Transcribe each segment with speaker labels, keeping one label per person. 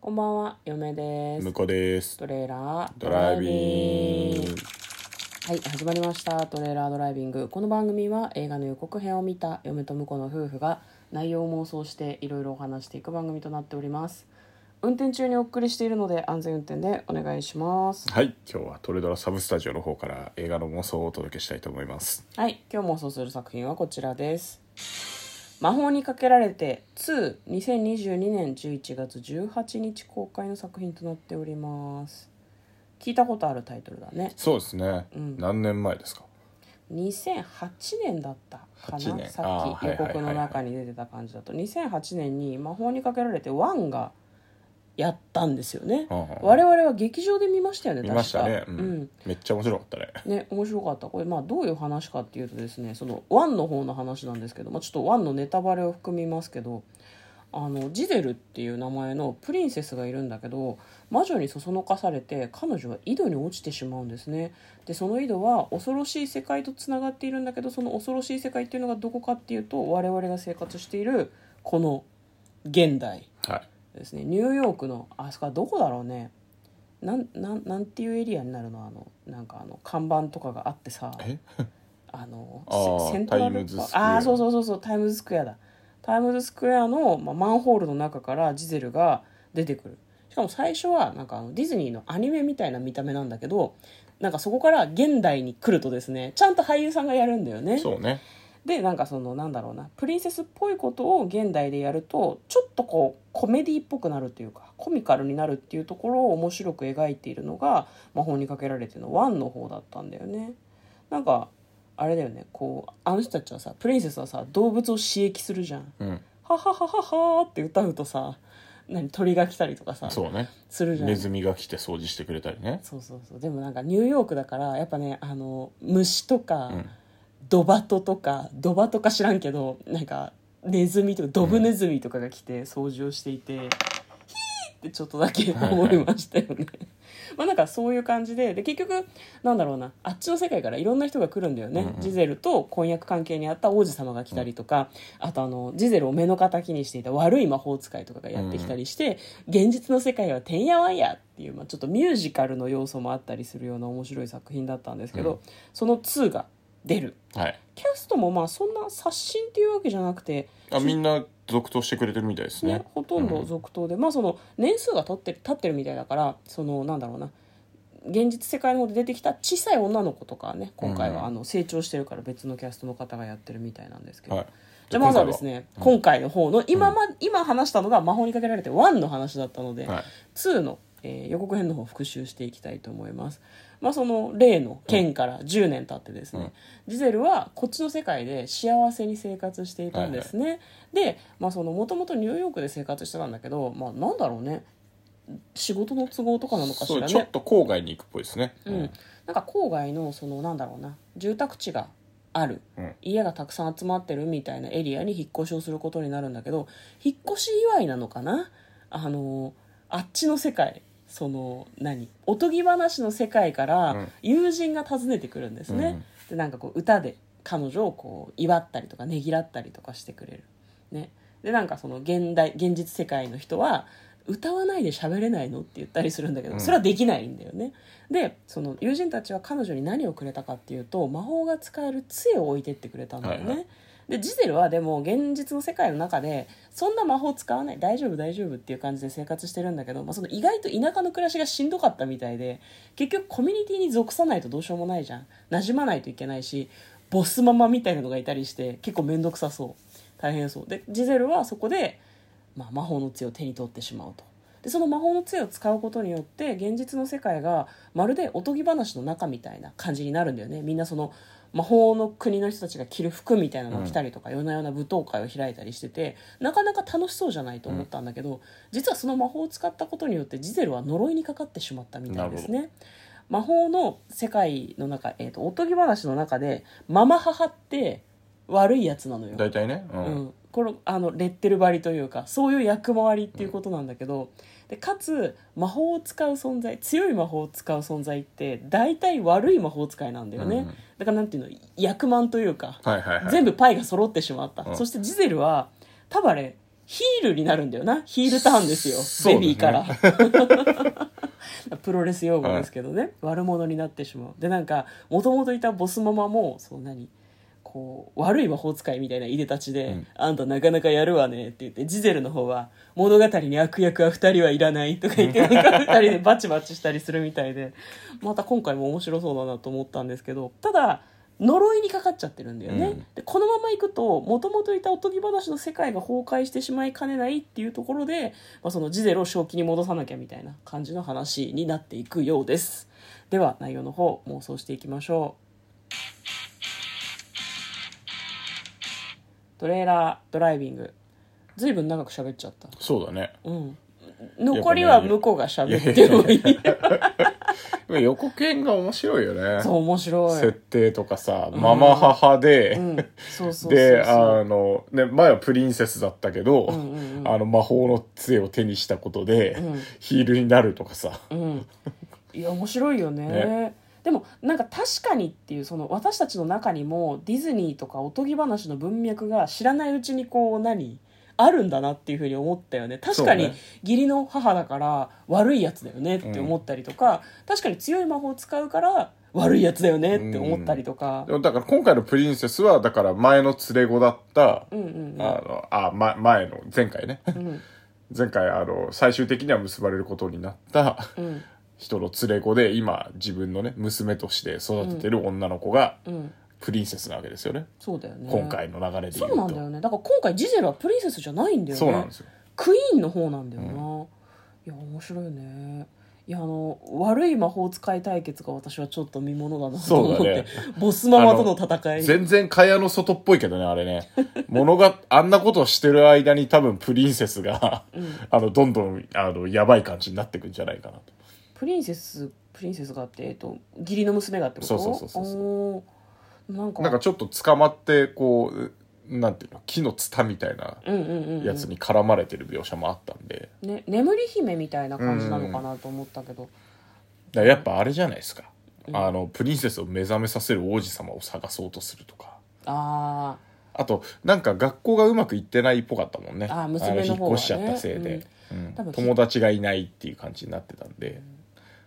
Speaker 1: こんばんは、嫁です
Speaker 2: 向。こうです
Speaker 1: トレーラー
Speaker 2: ドライビング
Speaker 1: はい、始まりました。トレーラードライビング。この番組は映画の予告編を見た嫁と婿の夫婦が内容を妄想していろいろお話していく番組となっております。運転中にお送りしているので安全運転でお願いします。
Speaker 2: はい今日はトレドラサブスタジオの方から映画の妄想をお届けしたいと思います
Speaker 1: はい、今日妄想する作品はこちらです。魔法にかけられて2、2022年11月18日公開の作品となっております。聞いたことあるタイトルだね。
Speaker 2: そうですね、
Speaker 1: うん
Speaker 2: 何年前ですか
Speaker 1: 2008年だったか
Speaker 2: 8
Speaker 1: な
Speaker 2: 年
Speaker 1: さ
Speaker 2: あ
Speaker 1: っき
Speaker 2: ー
Speaker 1: 予
Speaker 2: はいはいはいはい
Speaker 1: 告の中に出てた感じだと2008年に「魔法にかけられてワン」がやったんですよね、
Speaker 2: うんうん
Speaker 1: 我々は劇場で見ましたよね
Speaker 2: 見ましたね、
Speaker 1: 確
Speaker 2: う
Speaker 1: か
Speaker 2: ん
Speaker 1: うん
Speaker 2: めっちゃ面白かったね
Speaker 1: ね、面白かったこれ、まあ、どういう話かっていうとですねそのワンの方の話なんですけど、まあ、ちょっとワンのネタバレを含みますけどあのジゼルっていう名前のプリンセスがいるんだけど魔女にそそのかされて彼女は井戸に落ちてしまうんですねでその井戸は恐ろしい世界とつながっているんだけどその恐ろしい世界っていうのがどこかっていうと我々が生活しているこの現代
Speaker 2: はい
Speaker 1: ですねニューヨークのあそこはどこだろうねなんなんなんていうエリアになるのあのなんかあの看板とかがあってさ
Speaker 2: え
Speaker 1: あの
Speaker 2: あー
Speaker 1: セセントラル
Speaker 2: タイムズスクエア
Speaker 1: ああーそうそうそうそうタイムズスクエアだタイムズスクエアの、まあ、マンホールの中からジゼルが出てくるしかも最初はなんかあのディズニーのアニメみたいな見た目なんだけどなんかそこから現代に来るとですねちゃんと俳優さんがやるんだよね
Speaker 2: そうね
Speaker 1: でなんかそのなんだろうなプリンセスっぽいことを現代でやるとちょっとこうコメディっぽくなるというかコミカルになるっていうところを面白く描いているのが「魔法にかけられて」のワンの方だったんだよね。なんかあれだよねこうあの人たちはさプリンセスはさ動物を刺激するじゃん。
Speaker 2: うん
Speaker 1: はははははーって歌うとさ何鳥が来たりとかさ
Speaker 2: そうね
Speaker 1: するじゃん
Speaker 2: ネ。ズミが来て掃除してくれたりね
Speaker 1: そうそうそうでもなんかニューヨークだからやっぱねあの虫とか、
Speaker 2: うん
Speaker 1: ドバトとかドバトか知らんけどなんかネズミとかドブネズミとかが来て掃除をしていて、ヒーってちょっとだけ
Speaker 2: はいはい
Speaker 1: 思いましたよね。 まあなんかそういう感じでで結局なんだろうなあっちの世界からいろんな人が来るんだよね、
Speaker 2: うんうん
Speaker 1: ジゼルと婚約関係にあった王子様が来たりとか、あとあのジゼルを目の敵にしていた悪い魔法使いとかがやってきたりして、現実の世界はてんやわんやっていう、まあ、ちょっとミュージカルの要素もあったりするような面白い作品だったんですけど、
Speaker 2: うん
Speaker 1: その2が出る
Speaker 2: はい
Speaker 1: キャストもまあそんな刷新っていうわけじゃなくて、
Speaker 2: あみんな続投してくれてるみたいです
Speaker 1: ね
Speaker 2: ね
Speaker 1: ほとんど続投で、まあその年数が経ってる経ってるみたいだからそのなんだろうな現実世界の方で出てきた小さい女の子とかはね今回
Speaker 2: う
Speaker 1: は
Speaker 2: ん
Speaker 1: あの成長してるから別のキャストの方がやってるみたいなんですけど、
Speaker 2: はい
Speaker 1: じゃあまずはですね今回の方の今,、ま今話したのが魔法にかけられて1の話だったので、
Speaker 2: はい
Speaker 1: 2の、えー予告編の方を復習していきたいと思います。まあその例の件から10年経ってですね、ジゼルはこっちの世界で幸せに生活していたんですね。で、まあそのもともとニューヨークで生活してたんだけど、まあなんだろうね、仕事の都合とかなのかし
Speaker 2: そう
Speaker 1: ら
Speaker 2: ちょっ
Speaker 1: ね。
Speaker 2: と郊外に行くっぽいですね
Speaker 1: うん、なんか郊外のそのなんだろうな住宅地がある、
Speaker 2: うん
Speaker 1: 家がたくさん集まってるみたいなエリアに引っ越しをすることになるんだけど引っ越し祝いなのかなあのあっちの世界その何おとぎ話の世界か
Speaker 2: う
Speaker 1: ら
Speaker 2: ん
Speaker 1: 友人が訪ねてくるんですね、
Speaker 2: う
Speaker 1: で
Speaker 2: ん
Speaker 1: なんかこう歌で彼女をこう祝ったりとかねぎらったりとかしてくれるねでなんかその現代現実世界の人は歌わないで喋れないのって言ったりするんだけど
Speaker 2: うん
Speaker 1: それはできないんだよね、でその友人たちは彼女に何をくれたかっていうと魔法が使える杖を置いてってくれたんだよね、
Speaker 2: はいは
Speaker 1: でジゼルはでも現実の世界の中でそんな魔法使わない大丈夫大丈夫っていう感じで生活してるんだけど、まあ、その意外と田舎の暮らしがしんどかったみたいで結局コミュニティに属さないとどうしようもないじゃん馴染まないといけないしボスママみたいなのがいたりして結構面倒くさそう大変そうでジゼルはそこで、まあ、魔法の杖を手に取ってしまうと。でその魔法の杖を使うことによって現実の世界がまるでおとぎ話の中みたいな感じになるんだよねみんなその魔法の国の人たちが着る服みたいなのを着たりとか、夜な夜な舞踏会を開いたりしててなかなか楽しそうじゃないと思ったんだけど、実はその魔法を使ったことによってジゼルは呪いにかかってしまったみたいですね。魔法の世界の中、えー、とおとぎ話の中でママ母って悪いやつなのよ。
Speaker 2: 大体ねう
Speaker 1: うんん、これあのレッテル張りというかそういう役回りっていうことなんだけど、でかつ魔法を使う存在強い魔法を使う存在って大体悪い魔法使いなんだよね、
Speaker 2: うんうん
Speaker 1: だからなんていうの役満というか、
Speaker 2: はいはいはい
Speaker 1: 全部パイが揃ってしまった、
Speaker 2: うん
Speaker 1: そしてジゼルは多分あれヒールになるんだよなヒールターンですよ、
Speaker 2: そ
Speaker 1: ベ
Speaker 2: うだね
Speaker 1: ビーから プロレス用語ですけどね、悪者になってしまうでなんかもともといたボスママもそう何こう悪い魔法使いみたいないでたちで、
Speaker 2: うん
Speaker 1: あんたなかなかやるわね」って言ってジゼルの方は「物語に悪役は2人はいらない」とか言ってなんか2人でバチバチしたりするみたいでまた今回も面白そうだなと思ったんですけどただ呪いにかかっちゃってるんだよね、
Speaker 2: うん
Speaker 1: でこのままいくともともといたおとぎ話の世界が崩壊してしまいかねないっていうところで、まあ、そのジゼルを正気に戻さなきゃみたいな感じの話になっていくようですでは内容の方妄想していきましょうトレーラードライビングずいぶん長く喋っちゃった
Speaker 2: そうだね
Speaker 1: うん残りは向こうが喋ってもいい
Speaker 2: でも横剣が面白いよね
Speaker 1: そう面白
Speaker 2: 設
Speaker 1: い、
Speaker 2: 定とかさ、
Speaker 1: うん
Speaker 2: ママ母で、
Speaker 1: うん、そうそうそうそう
Speaker 2: であの、ね、前はプリンセスだったけど、
Speaker 1: うんうんうん
Speaker 2: あの魔法の杖を手にしたことで、
Speaker 1: うん
Speaker 2: ヒールになるとかさ、
Speaker 1: うん、いや面白いよね
Speaker 2: ね
Speaker 1: でもなんか確かにっていうその私たちの中にもディズニーとかおとぎ話の文脈が知らないうちにこう何あるんだなっていうふうに思ったよね確か
Speaker 2: そ
Speaker 1: に
Speaker 2: うね
Speaker 1: 義理の母だから悪いやつだよねって思ったりとか、確かに強い魔法を使うから悪いやつだよねって思ったりとか
Speaker 2: で、もだから今回のプリンセスはだから前の連れ子だった、
Speaker 1: うん、うんうん
Speaker 2: あのあ、ま、前の前回ね
Speaker 1: うん
Speaker 2: 前回あの最終的には結ばれることになった
Speaker 1: うん
Speaker 2: 人の連れ子で今自分のね娘として育ててる女の子が
Speaker 1: うん
Speaker 2: プリンセスなわけですよね、
Speaker 1: そうだよね
Speaker 2: 今回の流れで
Speaker 1: そ
Speaker 2: 言
Speaker 1: ううなん
Speaker 2: と
Speaker 1: だよねだから今回ジゼルはプリンセスじゃないんだよね
Speaker 2: そうなんですよ
Speaker 1: クイーンの方なんだよな、いや面白いねいやあの悪い魔法使い対決が私はちょっと見ものだなと思って、
Speaker 2: そうだね
Speaker 1: ボスママとの戦い
Speaker 2: 全然蚊帳の外っぽいけどねあ れね物があんなことをしてる間に多分プリンセスがあのどんどんあのやばい感じになってくんじゃないかなと
Speaker 1: プリンセスプリンセスがあって、えっと、義理の娘がってこと
Speaker 2: そうそうそうそうそ
Speaker 1: おーなんか
Speaker 2: なんかちょっと捕まってこうなんていうの木のツタみたいな
Speaker 1: うんうんうん、うん、
Speaker 2: やつに絡まれてる描写もあったんで、
Speaker 1: ね、眠り姫みたいな感じなのかなと思ったけど、
Speaker 2: だからやっぱあれじゃないですか、あのプリンセスを目覚めさせる王子様を探そうとするとか
Speaker 1: あー
Speaker 2: あとなんか学校がうまくいってないっぽかったもんね
Speaker 1: あー娘の方はね
Speaker 2: あ引っ越しちゃったせいで、うん
Speaker 1: 多分
Speaker 2: 友達がいないっていう感じになってたんで、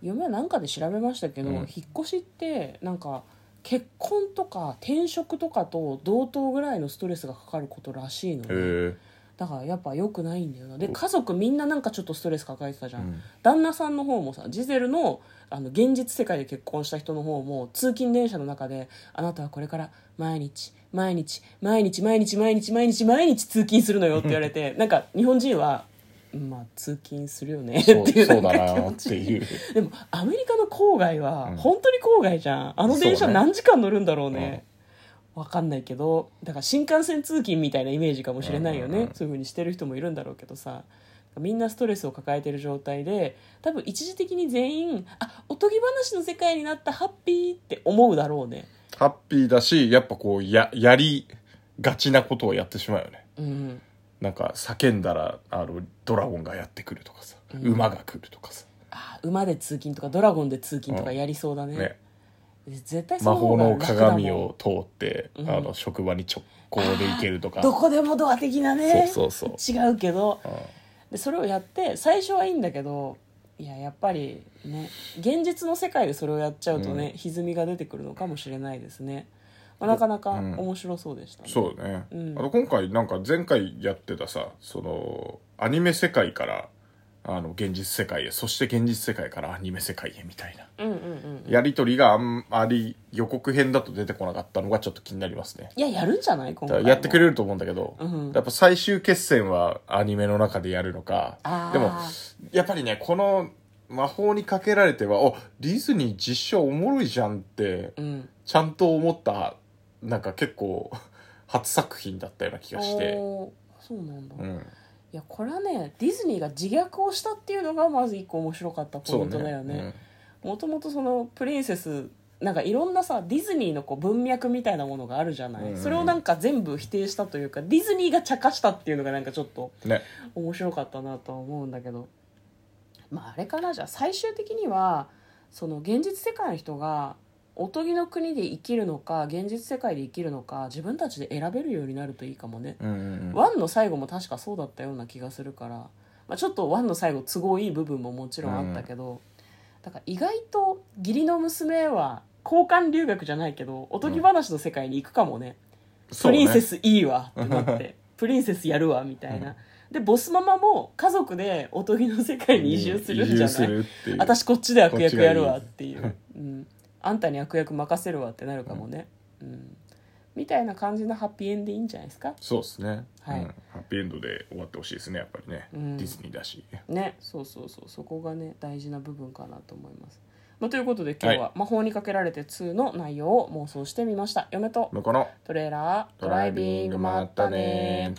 Speaker 1: 嫁はなんかで調べましたけど、
Speaker 2: うん
Speaker 1: 引っ越しってなんか結婚とか転職とかと同等ぐらいのストレスがかかることらしいので、
Speaker 2: へ
Speaker 1: だからやっぱ良くないんだよなで
Speaker 2: そう
Speaker 1: 家族みんななんかちょっとストレス抱えてたじ
Speaker 2: え
Speaker 1: ゃん、旦那さんの方もさジゼルのあの現実世界で結婚した人の方も通勤電車の中で「あなたはこれから毎日毎日毎日毎日毎日毎日毎日通勤するのよ」って言われてなんか日本人は「まあ通勤するよね」って
Speaker 2: そう
Speaker 1: いう
Speaker 2: そう
Speaker 1: なん
Speaker 2: だ
Speaker 1: か
Speaker 2: な
Speaker 1: 気
Speaker 2: ー
Speaker 1: 持
Speaker 2: っ
Speaker 1: ち
Speaker 2: ていう
Speaker 1: でもアメリカの郊外は
Speaker 2: うん
Speaker 1: 本当に郊外じゃん、あの電
Speaker 2: そ
Speaker 1: 車
Speaker 2: うね
Speaker 1: 何時間乗るんだろうね、わかんないけどだから新幹線通勤みたいなイメージかもしれないよね、
Speaker 2: うんうんうん
Speaker 1: そういう風にしてる人もいるんだろうけどさみんなストレスを抱えてる状態で多分一時的に全員あおとぎ話の世界になったハッピーって思うだろうね
Speaker 2: ハッピーだしやっぱこうややりがちなことをやってしまうよね
Speaker 1: うん
Speaker 2: なんか叫んだらあのドラゴンがやってくるとかさ、
Speaker 1: うん
Speaker 2: 馬が来るとかさ、
Speaker 1: あ馬で通勤とかドラゴンで通勤とかやりそうだね,、
Speaker 2: ね、
Speaker 1: 絶対そ
Speaker 2: 魔
Speaker 1: の方
Speaker 2: 法
Speaker 1: が
Speaker 2: の
Speaker 1: 楽だもん
Speaker 2: 鏡を通って、
Speaker 1: うん
Speaker 2: あの職場に直行で行けるとか
Speaker 1: どこでもドア的な
Speaker 2: そう
Speaker 1: ね
Speaker 2: そうそう、
Speaker 1: 違うけど
Speaker 2: うん
Speaker 1: でそれをやって最初はいいんだけどいややっぱりね現実の世界でそれをやっちゃうとね、歪みが出てくるのかもしれないですね、まあ、なかなか
Speaker 2: うん
Speaker 1: 面白そうでしたね、
Speaker 2: そうだね、
Speaker 1: うん
Speaker 2: あの今回なんか前回やってたさそのアニメ世界からあの現実世界へそして現実世界からアニメ世界へみたいな
Speaker 1: うんうんうん
Speaker 2: やり取りがあんまり予告編だと出てこなかったのがちょっと気になりますね
Speaker 1: いややるんじゃない今
Speaker 2: だか
Speaker 1: 回
Speaker 2: らやってく
Speaker 1: る
Speaker 2: れると思うんだけど、
Speaker 1: うん
Speaker 2: やっぱ最終決戦はアニメの中でやるのか
Speaker 1: あー
Speaker 2: でもやっぱりねこの魔法にかけられてはおディズニー実写おもろいじゃんって
Speaker 1: うん
Speaker 2: ちゃんと思ったなんか結構初作品だったような気がして、
Speaker 1: おーそうなんだ、
Speaker 2: う
Speaker 1: い
Speaker 2: ん、
Speaker 1: やこれはねディズニーが自虐をしたっていうのがまず一個面白かったポイントだよねもともとそのプリンセスなんかいろんなさディズニーのこう文脈みたいなものがあるじゃない、
Speaker 2: うんうんうん
Speaker 1: それをなんか全部否定したというかディズニーが茶化したっていうのがなんかちょっと
Speaker 2: うんね
Speaker 1: 面白かったなとは思うんだけど、まあ、あれかなじゃあ最終的にはその現実世界の人がおとぎの国で生きるのか現実世界で生きるのか自分たちで選べるようになるといいかもね、
Speaker 2: うんうんうん
Speaker 1: ワンの最後も確かそうだったような気がするから、まあ、ちょっとワンの最後都合いい部分ももちろんあったけど、だから意外と義理の娘は交換留学じゃないけどおとぎ話の世界に行くかもね、
Speaker 2: そ
Speaker 1: プ
Speaker 2: うね
Speaker 1: リンセスいいわってなって プリンセスやるわみたいな、でボスママも家族でおとぎの世界に移住するんじゃ
Speaker 2: 移住す
Speaker 1: ない
Speaker 2: るっていう
Speaker 1: 私こっちで悪役やるわ
Speaker 2: こ
Speaker 1: っ
Speaker 2: っち
Speaker 1: ていう、うん、あんたに悪役任せるわってなるかもね、うん、みたいな感じのハッピーエンでいいんじゃないですか
Speaker 2: そうですね、
Speaker 1: はい
Speaker 2: うんハッピーエンドで終わってほしいですねやっぱりね、
Speaker 1: うん
Speaker 2: ディズニーだし
Speaker 1: ねそうそうそうそこがね大事な部分かなと思います、まあ、ということで今日は、魔法にかけられて2の内容を妄想してみました嫁と
Speaker 2: 向こうの
Speaker 1: トレーラード
Speaker 2: ドライビングもあったね